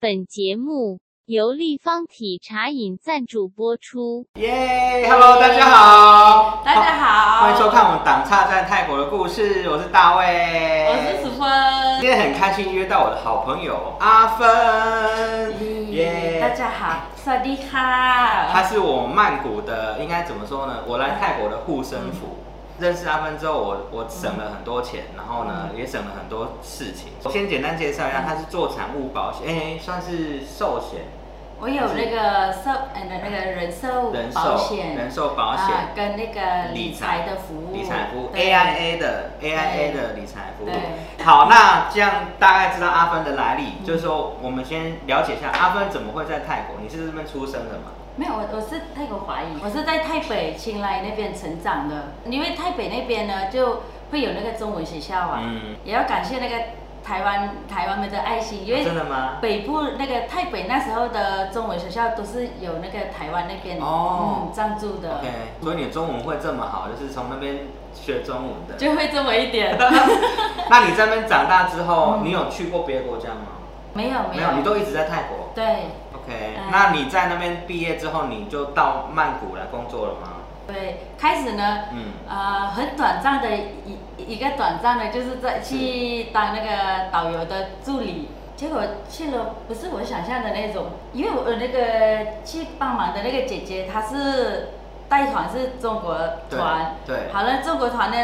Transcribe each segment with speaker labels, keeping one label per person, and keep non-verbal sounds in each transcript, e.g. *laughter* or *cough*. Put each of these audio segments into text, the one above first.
Speaker 1: 本节目由立方体茶饮赞助播出。
Speaker 2: 耶！Hello，大家好，
Speaker 3: 大家好，
Speaker 2: 欢迎收看我们党差在泰国的故事，我是大卫，
Speaker 3: 我是子芬。
Speaker 2: 今天很开心约到我的好朋友阿芬，
Speaker 3: 耶，大家好，萨迪
Speaker 2: 她
Speaker 3: 卡。
Speaker 2: 是我曼谷的，应该怎么说呢？我来泰国的护身符。
Speaker 3: 嗯
Speaker 2: 认识阿芬之后，我我省了很多钱，然后呢，
Speaker 3: 嗯
Speaker 2: 也省了很多事情。我先简单介绍一下，她是做产物保险，哎、算是寿险、
Speaker 3: 我有那个寿呃那个人寿
Speaker 2: 人
Speaker 3: 保
Speaker 2: 寿、
Speaker 3: 险，
Speaker 2: 人寿保险、
Speaker 3: 啊跟那个理财的服务，
Speaker 2: 理财服务
Speaker 3: 嗯对
Speaker 2: AIA 的 AIA
Speaker 3: 对
Speaker 2: 的理财服务。
Speaker 3: 对
Speaker 2: 好，那这样大概知道阿芬的来历，就是
Speaker 3: 嗯
Speaker 2: 说我们先了解一下阿芬怎么会在泰国？你是这边出生的吗？
Speaker 3: 没有，我我是泰国华裔，我是在台北、清莱那边成长的。因为台北那边呢，就会有那个中文学校啊，
Speaker 2: 嗯，
Speaker 3: 也要感谢那个台湾台湾们的爱心，因
Speaker 2: 啊
Speaker 3: 为
Speaker 2: 嗯真的吗？
Speaker 3: 北部那个台北那时候的中文学校都是有那个台湾那边
Speaker 2: 哦
Speaker 3: 嗯赞助的
Speaker 2: OK，所以你的中文会这么好，就是从那边学中文的。
Speaker 3: 就会 *laughs* 这么一点。
Speaker 2: 那你在那边长大之后，
Speaker 3: 嗯
Speaker 2: 你有去过别的国家吗？
Speaker 3: 没有
Speaker 2: *laughs*
Speaker 3: 没
Speaker 2: 没
Speaker 3: 有，
Speaker 2: 有，你都一直在泰国。
Speaker 3: 对
Speaker 2: OK，
Speaker 3: 嗯
Speaker 2: 那你在那边毕业之后，你就到曼谷来工作了吗？
Speaker 3: 对，开始呢，
Speaker 2: 嗯，
Speaker 3: 呃，很短暂的一一个短暂的，就是在去当那个导游的助理。结果去了不是我想象的那种，因为我那个去帮忙的那个姐姐，她是带团是中国
Speaker 2: 对
Speaker 3: 团，
Speaker 2: 对
Speaker 3: 好了，中国团呢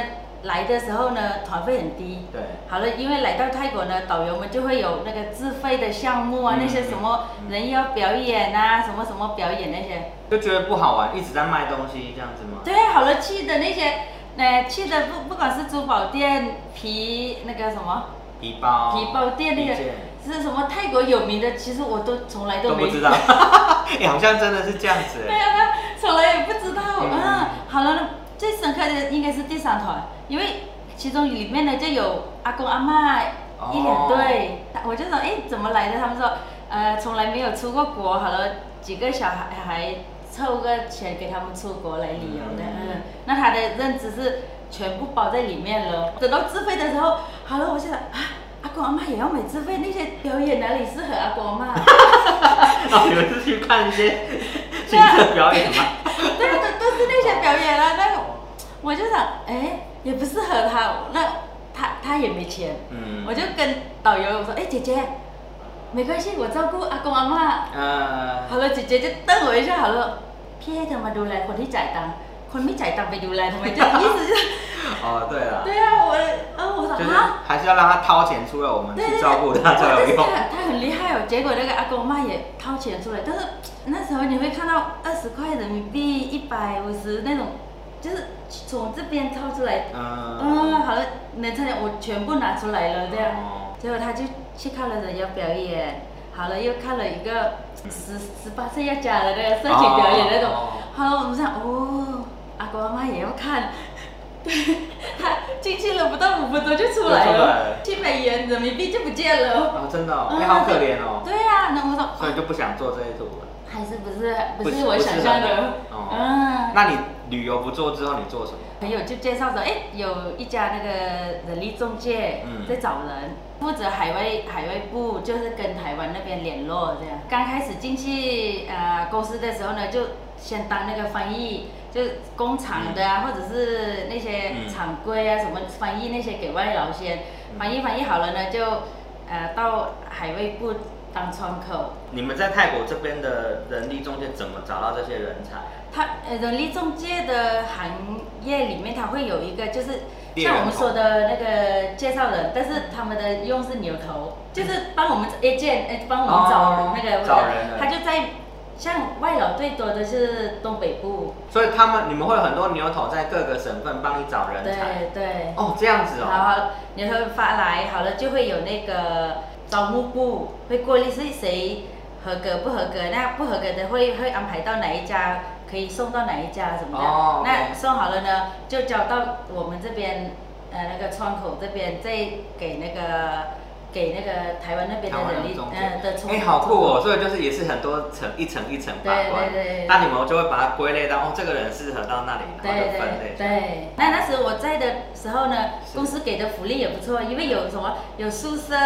Speaker 3: 来的时候呢，团费很低，
Speaker 2: 对，
Speaker 3: 好了，因为来到泰国呢，导游们就会有那个自费的项目啊，
Speaker 2: 嗯
Speaker 3: 那些什么人妖表演啊，什么什么表演那些。
Speaker 2: 就觉得不好玩，一直在卖东西这样子吗？
Speaker 3: 对，好了，去的那些，呃，去的不不管是珠宝店、皮那个什么
Speaker 2: 皮包、
Speaker 3: 皮包店那
Speaker 2: 皮
Speaker 3: 个
Speaker 2: 件，
Speaker 3: 是什么泰国有名的，其实我都从来
Speaker 2: 都
Speaker 3: 都没
Speaker 2: 不知道， *laughs* 哎，好像真的是这样子
Speaker 3: 对
Speaker 2: 哎。
Speaker 3: 啊，他从来也不知道、
Speaker 2: 嗯
Speaker 3: 啊。好了，最深刻的应该是第三团，因为其中里面呢就有阿公阿妈
Speaker 2: 哦
Speaker 3: 一两对，我就说哎怎么来的？他们说呃从来没有出过国，好了几个小孩还凑个钱给他们出国来旅游的，
Speaker 2: 嗯
Speaker 3: 嗯那他的认知是全部包在里面了。等到自费的时候，好了，我就想啊。阿公阿妈也要买自费，那些表演哪里适合阿公阿妈？
Speaker 2: 哦，你们是去看一些新的表演吗？
Speaker 3: 啊对，都都是那些表演啊，那个我就想，哎，也不适合他，那他他也没钱，
Speaker 2: 嗯
Speaker 3: 啊我，就跟导游我说，哎，姐姐，没关系，我照顾阿公阿妈。
Speaker 2: 呃，
Speaker 3: 好了，姐姐就瞪我一下，好了，พี่ให้เธอมาดูแลคนที่จ่ายตังค์คนไม่จ่ายตังค์ไปดูแลทำไม就意思就是，
Speaker 2: 哦，对了，
Speaker 3: 对啊，我呃我说
Speaker 2: 就是
Speaker 3: 啊，
Speaker 2: 还是要让他掏钱出来，我们
Speaker 3: 对
Speaker 2: 去
Speaker 3: 对
Speaker 2: 照顾他才有
Speaker 3: 对，
Speaker 2: 用。
Speaker 3: 他他很厉害哦。结果那个阿公妈也掏钱出来，但是那时候你会看到二十块人民币、一百五十那种，就是从这边掏出来。
Speaker 2: 嗯，
Speaker 3: 嗯，好了，能差点我全部拿出来了这样。
Speaker 2: 哦
Speaker 3: 结果他就去看了人家表演，好了又看了一个十十八岁要嫁的那个社群表演那种。
Speaker 2: 哦
Speaker 3: 好了，我们想哦，阿公阿妈也要看。 *laughs* 对，他进去了不到五分钟就出来
Speaker 2: 就出来了
Speaker 3: 了，七百元人民币就不见了。
Speaker 2: 哦，真的哦，
Speaker 3: 嗯
Speaker 2: 哎，好可怜哦，
Speaker 3: 对呀、那我说
Speaker 2: 所以就不想做这一组了。
Speaker 3: 还是不是不
Speaker 2: 不是
Speaker 3: 是我想象
Speaker 2: 不
Speaker 3: 的
Speaker 2: 是哦，
Speaker 3: 嗯，
Speaker 2: 那你旅游不做之后，你做什么？
Speaker 3: 朋友就介绍说，哎，有一家那个人力中介
Speaker 2: 嗯
Speaker 3: 在找人，负责海外海外部，就是跟台湾那边联络这样。刚开始进去呃公司的时候呢，就先当那个翻译，就是工厂的啊，或者是那些
Speaker 2: 嗯
Speaker 3: 厂规啊什么翻译那些给外劳先
Speaker 2: 嗯
Speaker 3: 翻译翻译好了呢，就呃到海外部当窗口。
Speaker 2: 你们在泰国这边的人力中介怎么找到这些人才？啊
Speaker 3: 它呃人力中介的行业里面，它会有一个就是
Speaker 2: 猎人
Speaker 3: 像我们
Speaker 2: 头
Speaker 3: 说的那个介绍人，但是他们的用是牛头，就是帮我们 agent 哎帮我们
Speaker 2: 嗯哦
Speaker 3: 找那个，
Speaker 2: 找人的
Speaker 3: 他就在像外劳最多的是东北部，
Speaker 2: 所以他们你们会有很多牛头在各个省份帮你找人才。
Speaker 3: 对对，
Speaker 2: 哦，这样子
Speaker 3: 然
Speaker 2: 哦。
Speaker 3: 后牛头发来好了就会有那个招募部会过滤是谁合格不合格，那不合格的会会安排到哪一家，可以送到哪一家什么的。
Speaker 2: 哦
Speaker 3: 那
Speaker 2: OK
Speaker 3: 送好了呢，就交到我们这边呃那个窗口这边再给那个给那个台湾那边
Speaker 2: 台
Speaker 3: 的
Speaker 2: 湾
Speaker 3: 人
Speaker 2: 的
Speaker 3: 力
Speaker 2: 中，介
Speaker 3: 嗯的出，
Speaker 2: 哎、好酷哦！所以就是也是很多层一层一层把
Speaker 3: 对
Speaker 2: 关
Speaker 3: 对，对。
Speaker 2: 那你们就会把它归类到哦，这个人适合到那里，然后
Speaker 3: 对
Speaker 2: 就分类
Speaker 3: 对。对，那那时候我在的时候呢，
Speaker 2: 是
Speaker 3: 公司给的福利也不错，因为有什么有宿舍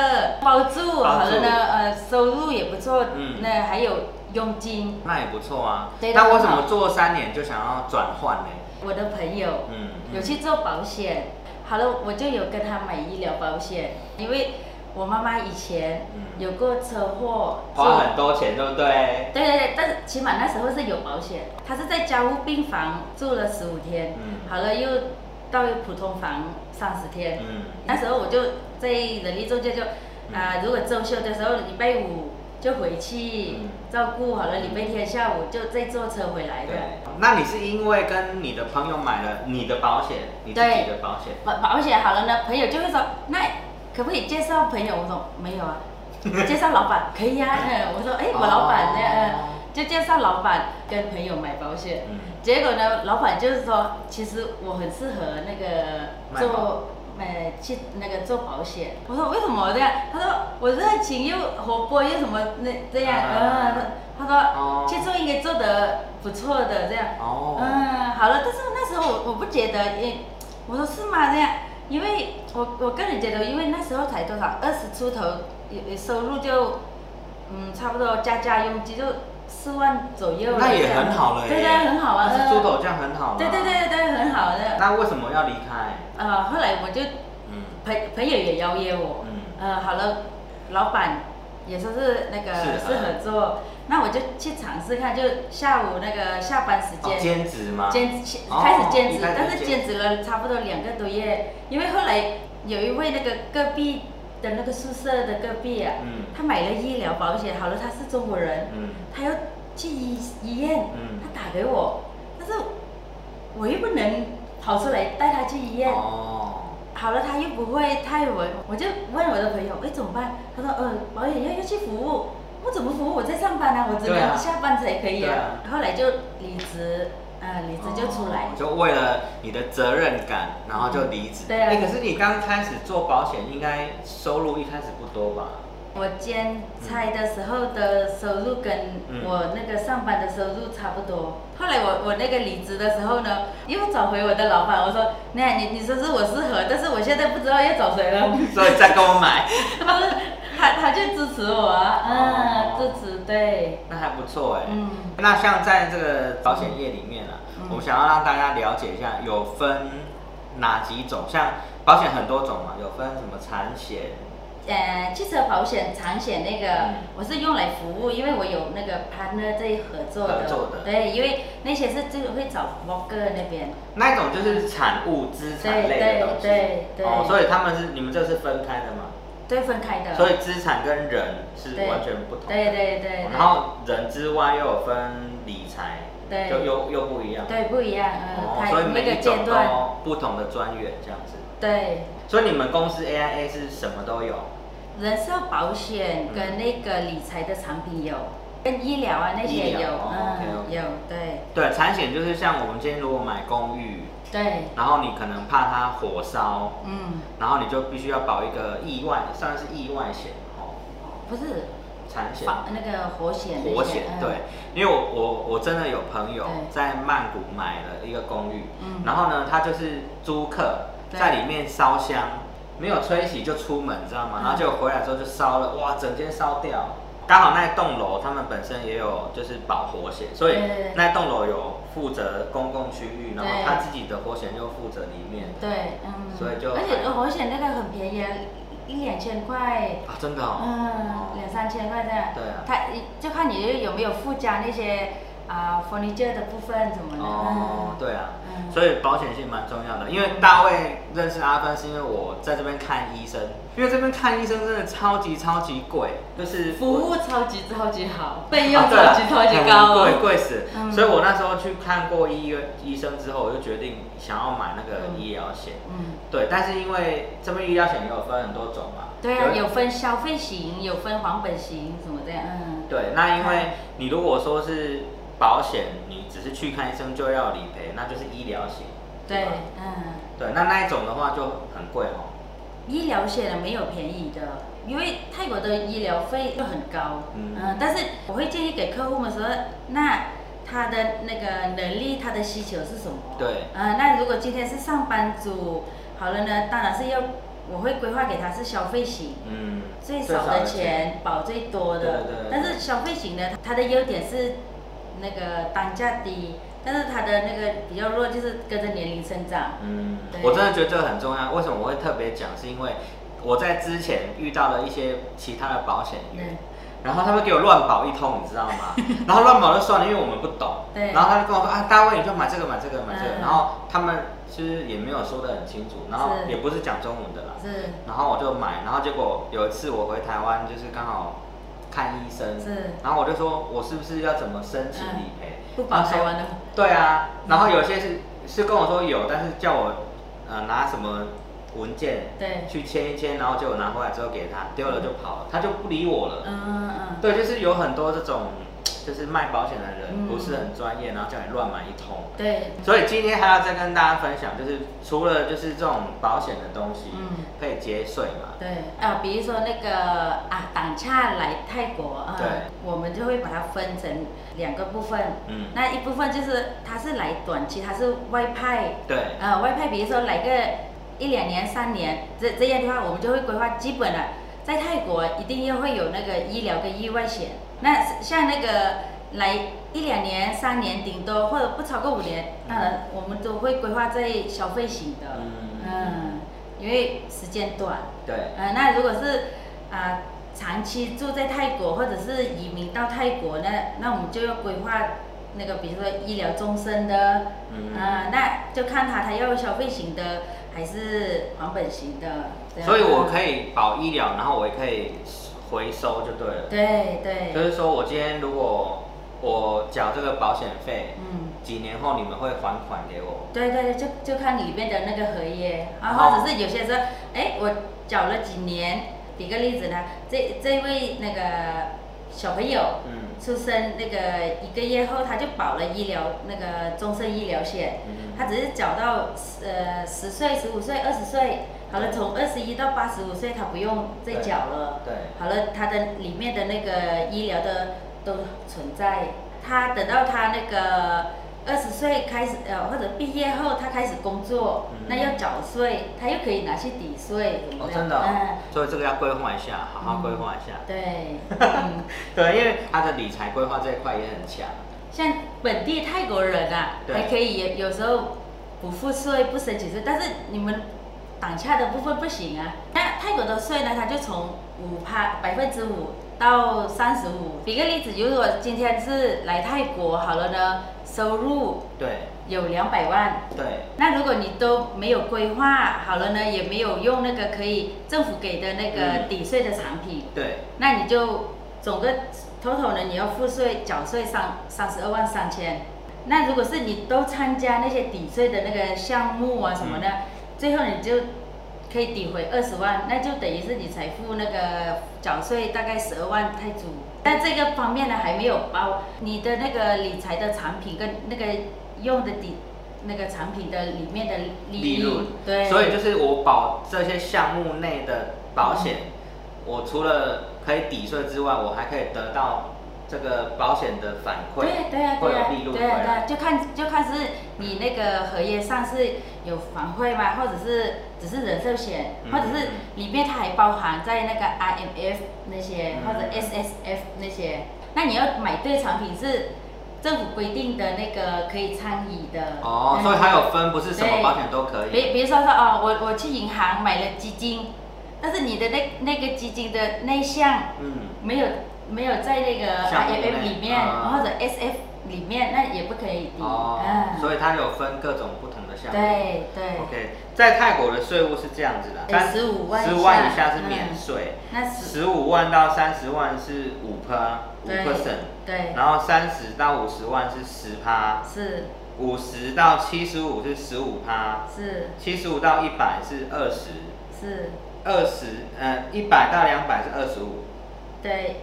Speaker 3: 包住，好了呢，呃，收入也不错，
Speaker 2: 嗯
Speaker 3: 那还有佣金。
Speaker 2: 那也不错啊。
Speaker 3: 对
Speaker 2: 那
Speaker 3: 那
Speaker 2: 为
Speaker 3: 很
Speaker 2: 什
Speaker 3: 好
Speaker 2: 么做三年就想要转换呢？
Speaker 3: 我的朋友
Speaker 2: 嗯，嗯
Speaker 3: 有去做保险，好了，我就有跟他买医疗保险，因为我妈妈以前
Speaker 2: 嗯
Speaker 3: 有过车祸，
Speaker 2: 花很多钱，对不对？
Speaker 3: 对对对，但是起码那时候是有保险。他是在家务病房住了十五天，
Speaker 2: 嗯
Speaker 3: 好了又到普通房三十天。
Speaker 2: 嗯，
Speaker 3: 那时候我就在人力中介就，啊、如果周休的时候，礼拜五就回去
Speaker 2: 嗯
Speaker 3: 照顾好了，礼拜天下午就再坐车回来的。
Speaker 2: 对。那你是因为跟你的朋友买了你的保险，你自己的保险，
Speaker 3: 保保险好了呢，朋友就会说，那可不可以介绍朋友？我说没
Speaker 2: *laughs*
Speaker 3: 有啊，介绍老板可以呀、嗯我说哎，我老板呢、
Speaker 2: 哦
Speaker 3: 呃就介绍老板跟朋友买保险。
Speaker 2: 嗯，
Speaker 3: 结果呢，老板就是说，其实我很适合那个
Speaker 2: 卖保
Speaker 3: 做。呃，去那个做保险，我说为什么这样？他说我热情又活泼又什么那这样，
Speaker 2: 啊
Speaker 3: 呃，他说、
Speaker 2: 哦
Speaker 3: 去做应该做得不错的这样，
Speaker 2: 哦，
Speaker 3: 嗯，好了，但是那时候我我不觉得，因我说是吗？这样，因为我我个人觉得，因为那时候才多少，二十出头，有有收入就，嗯，差不多加加佣金就四万左右了。
Speaker 2: 那也
Speaker 3: 这样
Speaker 2: 很好了耶，
Speaker 3: 对对，很好啊。
Speaker 2: 但是
Speaker 3: 呃
Speaker 2: 猪头这样很好，
Speaker 3: 对对。对对，很好的。
Speaker 2: 那为什么要离开？
Speaker 3: 呃，后来我就
Speaker 2: 嗯
Speaker 3: 朋朋友也邀约我，
Speaker 2: 嗯，
Speaker 3: 呃，好了，老板也说是呃那个
Speaker 2: 适合
Speaker 3: 适合做，那我就去尝试看，就下午那个下班时
Speaker 2: 哦
Speaker 3: 间。
Speaker 2: 兼职吗？
Speaker 3: 兼职
Speaker 2: 哦
Speaker 3: 开始兼
Speaker 2: 一
Speaker 3: 职，
Speaker 2: 开始
Speaker 3: 但是
Speaker 2: 兼
Speaker 3: 兼职了差不多两个多月，因为后来有一位那个隔壁的那个宿舍的隔壁啊，
Speaker 2: 嗯
Speaker 3: 他买了医疗保险，好了，他是中国人，
Speaker 2: 嗯
Speaker 3: 他要去医医院，
Speaker 2: 嗯
Speaker 3: 他打给我，但是我又不能跑出来带他去医院，
Speaker 2: 哦，
Speaker 3: 好了，他又不会泰文，我就问我的朋友，哎，怎么办？他说，呃，保险要要去服务，我怎么服务？我在上班啊，我只
Speaker 2: 对啊
Speaker 3: 能下班才可以啊。
Speaker 2: 对
Speaker 3: 后来就离职，啊、离职就出来。
Speaker 2: 哦就为了你的责任感，然后就离职。
Speaker 3: 对啊
Speaker 2: 哎可是你刚开始做保险，应该收入一开始不多吧？
Speaker 3: 我兼差的时候的收入跟
Speaker 2: 嗯
Speaker 3: 我那个上班的收入差不多。后来我我那个离职的时候呢，又找回我的老板，我说，那你你说是我适合，但是我现在不知道要找谁了。
Speaker 2: 所以再跟我买，
Speaker 3: 他说他他就支持我啊，啊，支
Speaker 2: 哦
Speaker 3: 持对，
Speaker 2: 那还不错哎。
Speaker 3: 嗯。
Speaker 2: 那像在这个保险业里面啊，
Speaker 3: 嗯
Speaker 2: 我想要让大家了解一下，有分哪几种？啊像保险很多种嘛，有分什么产险，
Speaker 3: 呃，汽车保险、产险那个、
Speaker 2: 嗯
Speaker 3: 我是用来服务，因为我有那个 partner 在合作的，
Speaker 2: 合作的
Speaker 3: 对，因为那些是就会找 broker 那边，
Speaker 2: 那一种就是产物资产
Speaker 3: 对
Speaker 2: 类的
Speaker 3: 对
Speaker 2: 东西。
Speaker 3: 对对，
Speaker 2: 哦，所以他们是你们这是分开的嘛？
Speaker 3: 对分开的，
Speaker 2: 所以资产跟人是
Speaker 3: 对
Speaker 2: 完全不同的。
Speaker 3: 对对对，
Speaker 2: 然后人之外又有分理财，
Speaker 3: 对
Speaker 2: 就又又不一样。
Speaker 3: 对不一样，嗯，
Speaker 2: 哦，
Speaker 3: 它
Speaker 2: 所以
Speaker 3: 那
Speaker 2: 每
Speaker 3: 个
Speaker 2: 一
Speaker 3: 阶
Speaker 2: 种
Speaker 3: 段，
Speaker 2: 都不同的专员这样子。
Speaker 3: 对，
Speaker 2: 所以你们公司 AIA 是什么都有，
Speaker 3: 人寿保险
Speaker 2: 嗯
Speaker 3: 跟那个理财的产品有，跟医疗啊那
Speaker 2: 医
Speaker 3: 些
Speaker 2: 疗
Speaker 3: 有，
Speaker 2: 哦
Speaker 3: 嗯，
Speaker 2: ，OK，OK
Speaker 3: 有，对
Speaker 2: 对，产险就是像我们今天如果买公寓，
Speaker 3: 对，
Speaker 2: 然后你可能怕它火烧，
Speaker 3: 嗯，
Speaker 2: 然后你就必须要保一个意外，算是意外险哦，
Speaker 3: 不是
Speaker 2: 产险。
Speaker 3: 房那个活险那些，
Speaker 2: 活险
Speaker 3: 嗯
Speaker 2: 对，，因为我我我真的有朋友
Speaker 3: 对
Speaker 2: 在曼谷买了一个公寓，
Speaker 3: 嗯
Speaker 2: 然后呢，他就是租客
Speaker 3: 对
Speaker 2: 在里面烧香，没有吹洗就出门，你知道吗？
Speaker 3: 嗯
Speaker 2: 然后就回来之后就烧了，哇，整间烧掉。刚好那一栋楼他们本身也有就是保活险，所以
Speaker 3: 对对对
Speaker 2: 那一栋楼有负责公共区域，然后
Speaker 3: 对
Speaker 2: 他自己的活险又负责里面的
Speaker 3: 对，嗯，
Speaker 2: 所以就
Speaker 3: 而且活险那个很便宜啊，一两千块，
Speaker 2: 啊，真的哦，
Speaker 3: 嗯，两三千块这样。
Speaker 2: 对啊
Speaker 3: 它就看你有没有附加那些啊、furniture 的部分什么的。
Speaker 2: 哦，
Speaker 3: 嗯，
Speaker 2: 对啊，
Speaker 3: 嗯
Speaker 2: 所以保险性蛮重要的。因为大卫认识阿芬是因为我在这边看医生，因为这边看医生真的超级超级贵，就是
Speaker 3: 服务超级超级好，费用
Speaker 2: 啊对
Speaker 3: 超
Speaker 2: 啊
Speaker 3: 级超级高
Speaker 2: 很贵
Speaker 3: 哦。
Speaker 2: 贵死。
Speaker 3: 嗯
Speaker 2: 所以我那时候去看过医院医生之后，我就决定想要买那个
Speaker 3: 嗯
Speaker 2: 医疗险。
Speaker 3: 嗯，
Speaker 2: 对，但是因为这边医疗险也有分很多种嘛，
Speaker 3: 对啊，有分消费型，有分还本型什么的，嗯，
Speaker 2: 对，那因为你如果说是保险，你只是去看医生就要理赔，那就是医疗险。
Speaker 3: 对
Speaker 2: 吧，
Speaker 3: 嗯，
Speaker 2: 对，那那一种的话就很贵哦。
Speaker 3: 医疗险的没有便宜的，因为泰国的医疗费就很高，
Speaker 2: 嗯
Speaker 3: 嗯、但是我会建议给客户们说，那他的那个能力，他的需求是什么？
Speaker 2: 对
Speaker 3: 呃，那如果今天是上班族，好了呢，当然是要我会规划给他是消费型，
Speaker 2: 嗯，
Speaker 3: 最少的钱保最多的，
Speaker 2: 对对
Speaker 3: 但是消费型呢，它的优点是那个单价低，但是它的那个比较弱，就是跟着年龄增长。
Speaker 2: 嗯，
Speaker 3: 对
Speaker 2: 我真的觉得这个很重要。为什么我会特别讲？是因为我在之前遇到了一些其他的保险员
Speaker 3: 对，
Speaker 2: 然后他会给我乱保一通，你知道
Speaker 3: *laughs*
Speaker 2: 吗？然后乱保就算了，因为我们不懂。
Speaker 3: 对
Speaker 2: 然后他就跟我说啊，大卫你就买这个买这个买这个，
Speaker 3: 嗯
Speaker 2: 然后他们其实也没有说得很清楚，然后
Speaker 3: 是
Speaker 2: 也不是讲中文的啦。
Speaker 3: 是
Speaker 2: 然后我就买，然后结果有一次我回台湾，就是刚好看医生，
Speaker 3: 是
Speaker 2: 然后我就说我是不是要怎么申请理赔？
Speaker 3: 嗯不保
Speaker 2: 他说
Speaker 3: 台湾的，
Speaker 2: 对啊，然后有些是是跟我说有，但是叫我呃拿什么文件
Speaker 3: 对，
Speaker 2: 去签一签，然后结果拿回来之后给他丢了就跑了，他就不理我了。
Speaker 3: 嗯嗯，
Speaker 2: 对，就是有很多这种就是卖保险的人
Speaker 3: 嗯
Speaker 2: 不是很专业，然后叫你乱买一通。
Speaker 3: 对，
Speaker 2: 所以今天还要再跟大家分享，就是除了就是这种保险的东西
Speaker 3: 嗯
Speaker 2: 可以节税嘛，
Speaker 3: 对，啊，比如说那个啊，党差来泰国啊，
Speaker 2: 对
Speaker 3: 我们就会把它分成两个部分，
Speaker 2: 嗯，
Speaker 3: 那一部分就是他是来短期，他是外派，
Speaker 2: 对，
Speaker 3: 呃，外派，比如说来个一两年、三年，这这样的话，我们就会规划基本的。在泰国一定要会有那个医疗跟意外险。那像那个来一两年、三年，顶多或者不超过五年，当然我们都会规划在消费型的，
Speaker 2: 嗯
Speaker 3: 嗯，因为时间短。
Speaker 2: 对，
Speaker 3: 呃，那如果是啊、长期住在泰国或者是移民到泰国呢，那我们就要规划那个，比如说医疗终身的，
Speaker 2: 嗯
Speaker 3: 啊、那就看他他要消费型的还是还本型的。这样
Speaker 2: 所以我可以保医疗，然后我也可以回收就对了。
Speaker 3: 对对，
Speaker 2: 就是说我今天如果我缴这个保险费，
Speaker 3: 嗯，
Speaker 2: 几年后你们会还款给我？
Speaker 3: 对对，对就就看里面的那个合约啊，
Speaker 2: 哦
Speaker 3: 或者是有些时候，哎，我缴了几年，举个例子呢，这这位那个小朋友。
Speaker 2: 嗯
Speaker 3: 出生那个一个月后，他就保了医疗那个终身医疗险，
Speaker 2: 嗯
Speaker 3: 他只是缴到呃十岁、十五岁、二十岁，好了，从二十一到八十五岁，他不用再缴了。
Speaker 2: 对，
Speaker 3: 好了，他的里面的那个医疗的都存在。他等到他那个二十岁开始，呃，或者毕业后他开始工作，
Speaker 2: 嗯
Speaker 3: 那要缴税，他又可以拿去抵税，怎么
Speaker 2: 哦
Speaker 3: 样？
Speaker 2: 真的哦、
Speaker 3: 嗯，
Speaker 2: 所以这个要规划一下，好好规划一下。 *laughs*
Speaker 3: 对，嗯。
Speaker 2: 对，因为他的理财规划这一块也很强。
Speaker 3: 像本地泰国人啊，
Speaker 2: 对
Speaker 3: 还可以有有时候不付税不申请税，但是你们党洽的部分不行啊。那泰国的税呢，它就从五趴百分之五到三十五。比个例子，如果今天是来泰国好了呢，收入
Speaker 2: 对
Speaker 3: 有两百万，
Speaker 2: 对，
Speaker 3: 那如果你都没有规划好了呢，也没有用那个可以政府给的那
Speaker 2: 嗯
Speaker 3: 个抵税的产品，
Speaker 2: 对，
Speaker 3: 那你就总个 total 呢，你要付税缴税上三十二万三千。那如果是你都参加那些抵税的那个项目啊什么
Speaker 2: 嗯
Speaker 3: 的，最后你就可以抵回二十万，那就等于是你才付那个缴税大概十二万泰铢。但这个方面呢还没有包你的那个理财的产品跟那个用的抵那个产品的里面的利
Speaker 2: 利
Speaker 3: 益
Speaker 2: 润，。
Speaker 3: 对，
Speaker 2: 所以就是我保这些项目内的保险，
Speaker 3: 嗯
Speaker 2: 我除了可以抵税之外，我还可以得到这个保险的反馈。
Speaker 3: 对对啊，
Speaker 2: 会
Speaker 3: 对
Speaker 2: 有
Speaker 3: 啊
Speaker 2: 利，润
Speaker 3: 对啊，
Speaker 2: 回
Speaker 3: 对
Speaker 2: 来
Speaker 3: 啊，就看就看是你那个合约上是有反馈吗？或者是只是人寿险，
Speaker 2: 嗯
Speaker 3: 或者是里面它还包含在那个 IMF 那些
Speaker 2: 嗯
Speaker 3: 或者 SSF 那些。那你要买对产品是政府规定的那个可以参与的。
Speaker 2: 哦，所以它有分，不是什么
Speaker 3: 对
Speaker 2: 保险都可以。
Speaker 3: 比比如说说哦，我我去银行买了基金，但是你的那那个基金的内项
Speaker 2: 嗯。
Speaker 3: 没有没有在那个
Speaker 2: 项
Speaker 3: I
Speaker 2: 目
Speaker 3: F
Speaker 2: 内
Speaker 3: M 里面、
Speaker 2: 啊
Speaker 3: 或者 S F 里面，那也不可以抵。
Speaker 2: 哦
Speaker 3: 嗯，
Speaker 2: 所以它有分各种不同的项目。
Speaker 3: 对对，
Speaker 2: OK，在泰国的税务是这样子的，
Speaker 3: 哎15万以下嗯
Speaker 2: 十万以下是免税，
Speaker 3: 那是
Speaker 2: 十五、万到三十万是五趴五
Speaker 3: 对
Speaker 2: percent，
Speaker 3: 对
Speaker 2: 然后三十到五十万是十趴，
Speaker 3: 是
Speaker 2: 五十到七十五是十五趴，
Speaker 3: 是
Speaker 2: 七十五到一百是二十，
Speaker 3: 是，
Speaker 2: 二十呃一百到两百是二十五，
Speaker 3: 对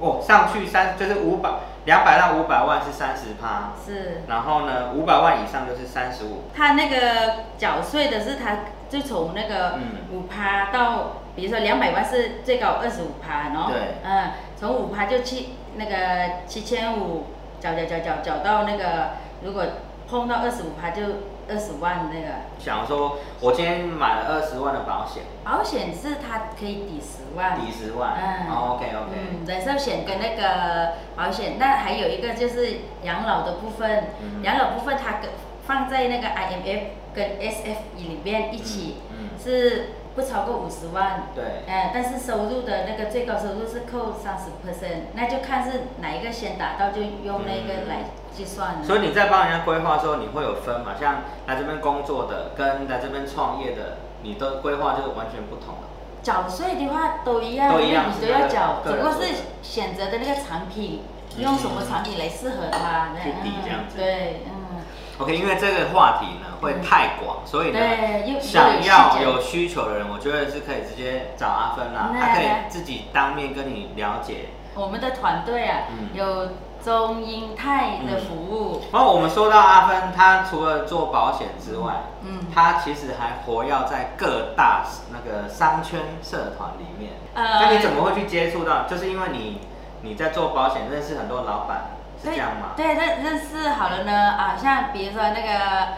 Speaker 2: 哦，上去三就是五百两百到五百万是三十趴，
Speaker 3: 是。
Speaker 2: 然后呢五百万以上就是三十五，
Speaker 3: 他那个缴税的是他就从那个
Speaker 2: 嗯
Speaker 3: 五趴到比如说两百万是最高二十五趴，然后
Speaker 2: 对
Speaker 3: 嗯，从五趴就去那个七千五，找找找找找到那个，如果碰到二十五趴就二十万那个。
Speaker 2: 想说，我今天买了二十万的保险，
Speaker 3: 保险是它可以抵十万，
Speaker 2: 抵十万哦
Speaker 3: 嗯
Speaker 2: ，OK OK，
Speaker 3: 嗯，人寿险跟那个保险，那还有一个就是养老的部分，
Speaker 2: 嗯
Speaker 3: 养老部分它跟放在那个 IMF 跟 SFE 里面一起，
Speaker 2: 嗯，嗯
Speaker 3: 是不超过五十万。
Speaker 2: 对，
Speaker 3: 呃，但是收入的那个最高收入是扣三十 percent，那就看是哪一个先达到，就用那个
Speaker 2: 嗯
Speaker 3: 来计算了。
Speaker 2: 所以你在帮人家规划的时候，你会有分嘛？像来这边工作的跟来这边创业的，你的规划就是完全不同的。
Speaker 3: 缴税的话都一样，
Speaker 2: 都一样
Speaker 3: 因为你都要缴，
Speaker 2: 是
Speaker 3: 只
Speaker 2: 个人
Speaker 3: 不过
Speaker 2: 个人
Speaker 3: 是选择的那个产品，用什么产品来适合它，
Speaker 2: 嗯去比这样子
Speaker 3: 嗯对，嗯，
Speaker 2: OK，因为这个话题呢会太广，所以呢。
Speaker 3: 对，又
Speaker 2: 想要
Speaker 3: 又
Speaker 2: 有需求的人，我觉得是可以直接找阿芬啦，
Speaker 3: 那
Speaker 2: 他可以自己当面跟你了解。
Speaker 3: 我们的团队啊，
Speaker 2: 嗯
Speaker 3: 有中英泰的服务，
Speaker 2: 然后我们说到阿芬，他除了做保险之外，
Speaker 3: 嗯，
Speaker 2: 他其实还活跃在各大那个商圈社团里面。
Speaker 3: 呃
Speaker 2: 那你嗯怎么会去接触到？就是因为你你在做保险，认识很多老板，是
Speaker 3: 对
Speaker 2: 这样吗？
Speaker 3: 对，认认识好了呢，啊，像比如说那个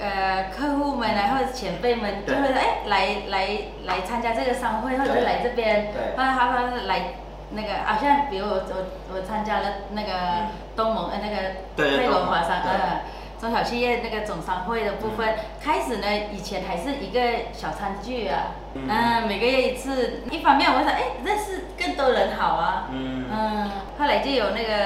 Speaker 3: 呃客户们啊，或者前辈们，就
Speaker 2: 嗯对
Speaker 3: 会说哎来来来参加这个商会，或者
Speaker 2: 对
Speaker 3: 来这边，
Speaker 2: 对
Speaker 3: 或者他们来那个啊，像比如我我我参加了那个
Speaker 2: 嗯
Speaker 3: 东盟呃那个
Speaker 2: 对对
Speaker 3: 飞
Speaker 2: 东
Speaker 3: 龙
Speaker 2: 盟
Speaker 3: 华商
Speaker 2: 对嗯
Speaker 3: 呃中小企业那个总商会的部分，开始呢以前还是一个小餐具啊，
Speaker 2: 嗯
Speaker 3: 嗯、每个月一次，一方面我想哎认识更多人好啊，
Speaker 2: 嗯，
Speaker 3: 嗯，后来就有那个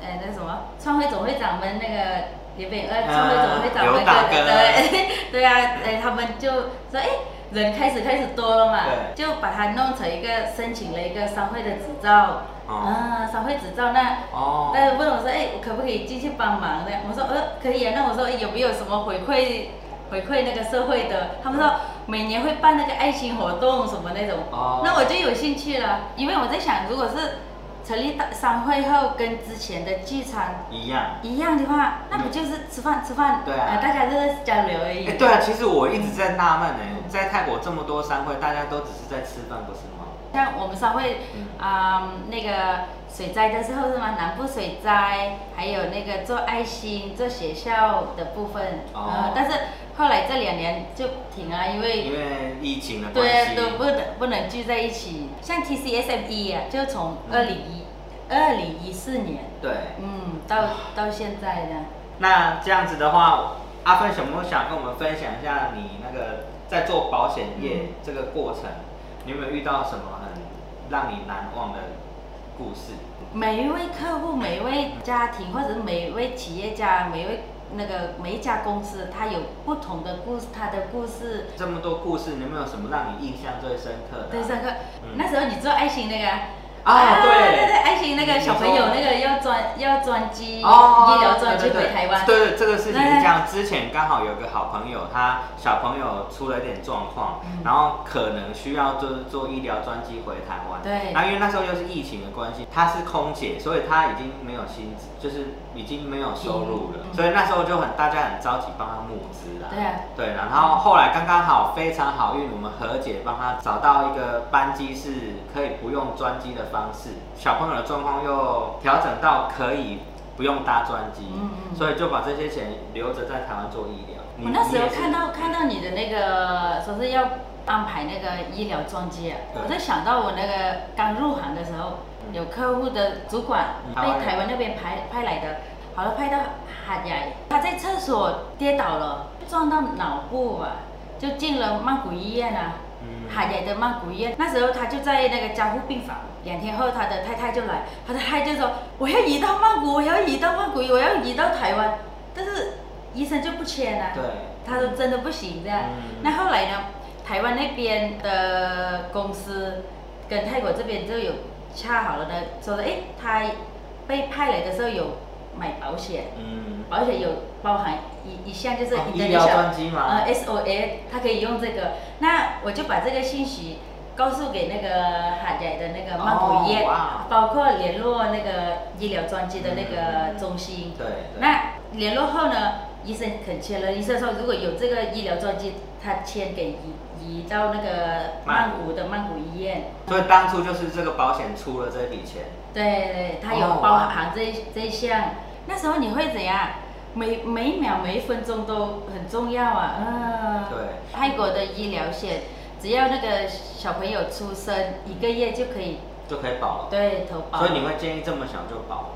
Speaker 3: 呃那什么创会总会长们那个刘炳呃
Speaker 2: 啊
Speaker 3: 创会总会长
Speaker 2: 刘
Speaker 3: 们
Speaker 2: 大
Speaker 3: 对
Speaker 2: 哥
Speaker 3: 对 *laughs* 对啊，呃他们就说哎人开始开始多了嘛，
Speaker 2: 对
Speaker 3: 就把它弄成一个申请了一个商会的执照，
Speaker 2: 哦
Speaker 3: 啊商会执照那。
Speaker 2: 哦，
Speaker 3: 那问我说，哎，我可不可以进去帮忙呢？我说，呃，可以啊。那我说哎有没有什么回馈回馈那个社会的？他们说每年会办那个爱心活动什么那种。
Speaker 2: 哦
Speaker 3: 那我就有兴趣了，因为我在想，如果是成立大商会后跟之前的聚餐
Speaker 2: 一样。
Speaker 3: 一样的话，那不就是吃饭吃饭？
Speaker 2: 对啊
Speaker 3: 呃大家就是交流而已。
Speaker 2: 哎，对啊，其实我一直在纳闷哎，在泰国这么多商会，大家都只是在吃饭，不是吗？
Speaker 3: 像我们商会
Speaker 2: 嗯
Speaker 3: 啊、那个水灾的时候是吗？南部水灾，还有那个做爱心、做学校的部分，
Speaker 2: 哦
Speaker 3: 呃，但是后来这两年就停了，因为
Speaker 2: 因为疫情的关
Speaker 3: 对
Speaker 2: 系，
Speaker 3: 都不能不能聚在一起。像 TCSME 啊，就从
Speaker 2: 嗯
Speaker 3: 二零一二零一四年，
Speaker 2: 对。
Speaker 3: 嗯，到到现在的。
Speaker 2: 那这样子的话，阿芬有没有想跟我们分享一下你那个在做保险业
Speaker 3: 嗯
Speaker 2: 这个过程，你有没有遇到什么很让你难忘的故事？
Speaker 3: 每一位客户、每一位家庭，或者是每一位企业家、每一位那个每一家公司，它有不同的故事，它的故事。
Speaker 2: 这么多故事，你有没有什么让你印象最深刻的、啊？
Speaker 3: 对，上课、
Speaker 2: 嗯
Speaker 3: 那时候你做爱心那个啊
Speaker 2: 啊对
Speaker 3: 对对，爱心那个
Speaker 2: 你说
Speaker 3: 小朋友那个要专要专机、
Speaker 2: 哦，
Speaker 3: 医疗专机
Speaker 2: 对对
Speaker 3: 回
Speaker 2: 对
Speaker 3: 台湾，
Speaker 2: 对对，这个事情是这样。之前刚好有个好朋友，他小朋友出了一点状况，
Speaker 3: 嗯
Speaker 2: 然后可能需要就是坐医疗专机回台湾。
Speaker 3: 对
Speaker 2: 然后因为那时候又是疫情的关系，她是空姐，所以她已经没有薪资，就是已经没有收入了，
Speaker 3: 嗯
Speaker 2: 所以那时候就很大家很着急帮她募资啦。
Speaker 3: 对啊
Speaker 2: 对，然后后来刚刚好非常好运，我们和解帮他找到一个班机是可以不用专机的方式，小朋友的状况又调整到可以不用搭专机，
Speaker 3: 嗯嗯
Speaker 2: 所以就把这些钱留着在台湾做医疗。
Speaker 3: 我那时
Speaker 2: 你
Speaker 3: 候
Speaker 2: 也是
Speaker 3: 看到看到你的那个说是要安排那个医疗专机啊，
Speaker 2: 对
Speaker 3: 我就想到我那个刚入行的时候，
Speaker 2: 嗯
Speaker 3: 有客户的主管
Speaker 2: 嗯
Speaker 3: 被
Speaker 2: 台湾人
Speaker 3: 台湾那边派派来的，好了派到海牙，他在厕所跌倒了，撞到脑部啊，就进了曼谷医院啊。
Speaker 2: 嗯
Speaker 3: 海牙的曼谷医院，那时候他就在那个加护病房。两天后，他的太太就来，他的太太就说：“我要移到曼谷，我要移到曼谷，我要移到台湾。”但是医生就不签啊。
Speaker 2: 对，
Speaker 3: 他说真的不行这样。
Speaker 2: 嗯
Speaker 3: 呃那后来呢，台湾那边的公司跟泰国这边就有恰好了呢，说诶，他被派来的时候有买保险，
Speaker 2: 嗯，
Speaker 3: 保险有包含一一项就是
Speaker 2: 哦
Speaker 3: international-
Speaker 2: 医疗专机吗？
Speaker 3: 呃 SOA，他可以用这个。那我就把这个信息告诉给那个海仔的那个曼谷医院
Speaker 2: 哦哇
Speaker 3: 包括联络那个医疗专机的那个中心。
Speaker 2: 对对，
Speaker 3: 那联络后呢，医生肯签了，医生说如果有这个医疗照机，他签给移移到那个曼谷的曼谷医院。
Speaker 2: 所以当初就是这个保险出了这笔钱，
Speaker 3: 对对，它有
Speaker 2: 哦
Speaker 3: 包含这一这一项。那时候你会怎样？每每秒每一分钟都很重要啊，嗯、
Speaker 2: 对，
Speaker 3: 泰国的医疗险，只要那个小朋友出生一个月就可以
Speaker 2: 就可以保了。
Speaker 3: 对投保。
Speaker 2: 哦所以你会建议这么小就保？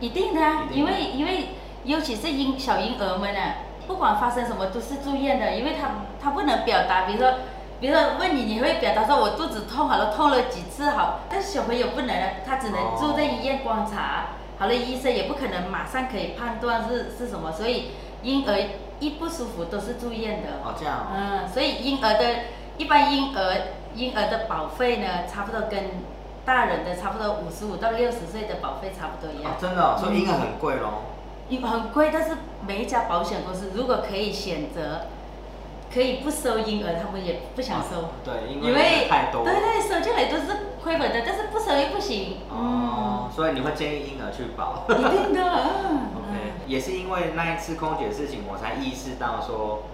Speaker 3: 一定的啊，
Speaker 2: 一定
Speaker 3: 因
Speaker 2: 的
Speaker 3: 为因为尤其是婴小婴儿们啊，不管发生什么都是住院的，因为他他不能表达，比如说。比如说问你，你会表达说“我肚子痛，好了，痛了几次好”，但是小朋友不能啊，他只能
Speaker 2: 哦
Speaker 3: 住在医院观察。好了，医生也不可能马上可以判断是是什么，所以婴儿一不舒服都是住院的。
Speaker 2: 哦，这样哦、
Speaker 3: 嗯，所以婴儿的，一般婴儿婴儿的保费呢，差不多跟大人的差不多五十五到六十岁的保费差不多一样
Speaker 2: 哦，。真的、哦，所以婴儿很贵咯。
Speaker 3: 因为很贵，但是每一家保险公司如果可以选择，可以不收婴儿，他们也不想收，
Speaker 2: 对，因
Speaker 3: 因
Speaker 2: 为
Speaker 3: 为
Speaker 2: 太多。
Speaker 3: 对对，收进来都是亏本的，但是不收又不行。
Speaker 2: 哦，所以你会建议婴儿去保
Speaker 3: 嗯，一定的。嗯
Speaker 2: ？OK，也是因为那一次空姐的事情，我才意识到说，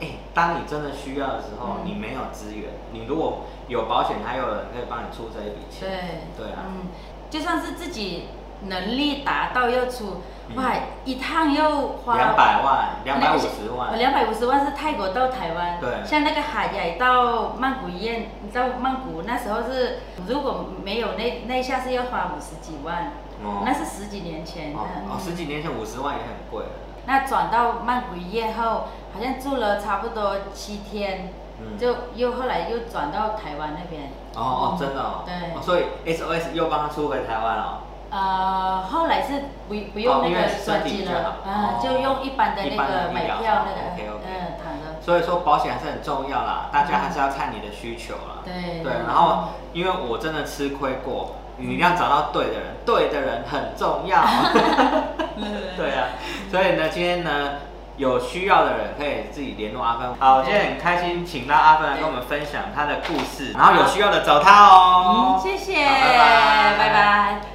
Speaker 2: 哎、当你真的需要的时候，
Speaker 3: 嗯
Speaker 2: 你没有资源，你如果有保险，还有人可以帮你出这一笔
Speaker 3: 对
Speaker 2: 钱。对啊
Speaker 3: 嗯，就算是自己能力达到要出，
Speaker 2: 嗯
Speaker 3: 哇，一趟又花
Speaker 2: 两百万，两百五十万，
Speaker 3: 两百五十万是泰国到台湾，
Speaker 2: 对
Speaker 3: 像那个海雅到曼谷医院，到曼谷那时候是，如果没有那那一下是要花五十几万，
Speaker 2: 哦
Speaker 3: 那是十几年前的。
Speaker 2: 哦哦，十几年前五十万也很贵了。
Speaker 3: 那转到曼谷医院后，好像住了差不多七天，
Speaker 2: 嗯，
Speaker 3: 就又后来又转到台湾那边。
Speaker 2: 哦哦，真的哦，
Speaker 3: 对
Speaker 2: 哦所以 SOS 又帮他出回台湾了、
Speaker 3: 呃，后来是不不用
Speaker 2: 哦
Speaker 3: 那
Speaker 2: 因为
Speaker 3: 个
Speaker 2: 身
Speaker 3: 转
Speaker 2: 体
Speaker 3: 机
Speaker 2: 比较
Speaker 3: 了，
Speaker 2: 好
Speaker 3: 啊
Speaker 2: 哦，
Speaker 3: 就用一般的
Speaker 2: 一
Speaker 3: 那
Speaker 2: 般的
Speaker 3: 个
Speaker 2: 医
Speaker 3: 买
Speaker 2: 疗
Speaker 3: 票
Speaker 2: 哦
Speaker 3: 那个，
Speaker 2: ，OK，OK
Speaker 3: 嗯，躺着，
Speaker 2: 所以说保险还是很重要啦，大家还是要看你的需求啦。
Speaker 3: 对
Speaker 2: 对，然
Speaker 3: *laughs*
Speaker 2: 后因为我真的吃亏过，你一定要找到对的人，对的人很重要。对啊，所以呢，今天呢。有需要的人可以自己联络阿芬。好，今天很开心，请到阿芬来跟我们分享她的故事，然后有需要的找她哦。
Speaker 3: 嗯嗯，谢谢，
Speaker 2: 好拜拜
Speaker 3: 拜拜